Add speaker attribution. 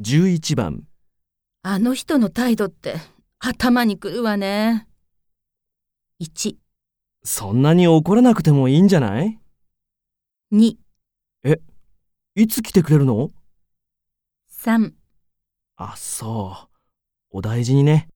Speaker 1: 11番
Speaker 2: あの人の態度って頭にくるわね。1、
Speaker 1: そんなに怒らなくてもいいんじゃない
Speaker 2: 2、
Speaker 1: いつ来てくれるの
Speaker 2: 3。
Speaker 1: あ、そう。お大事にね。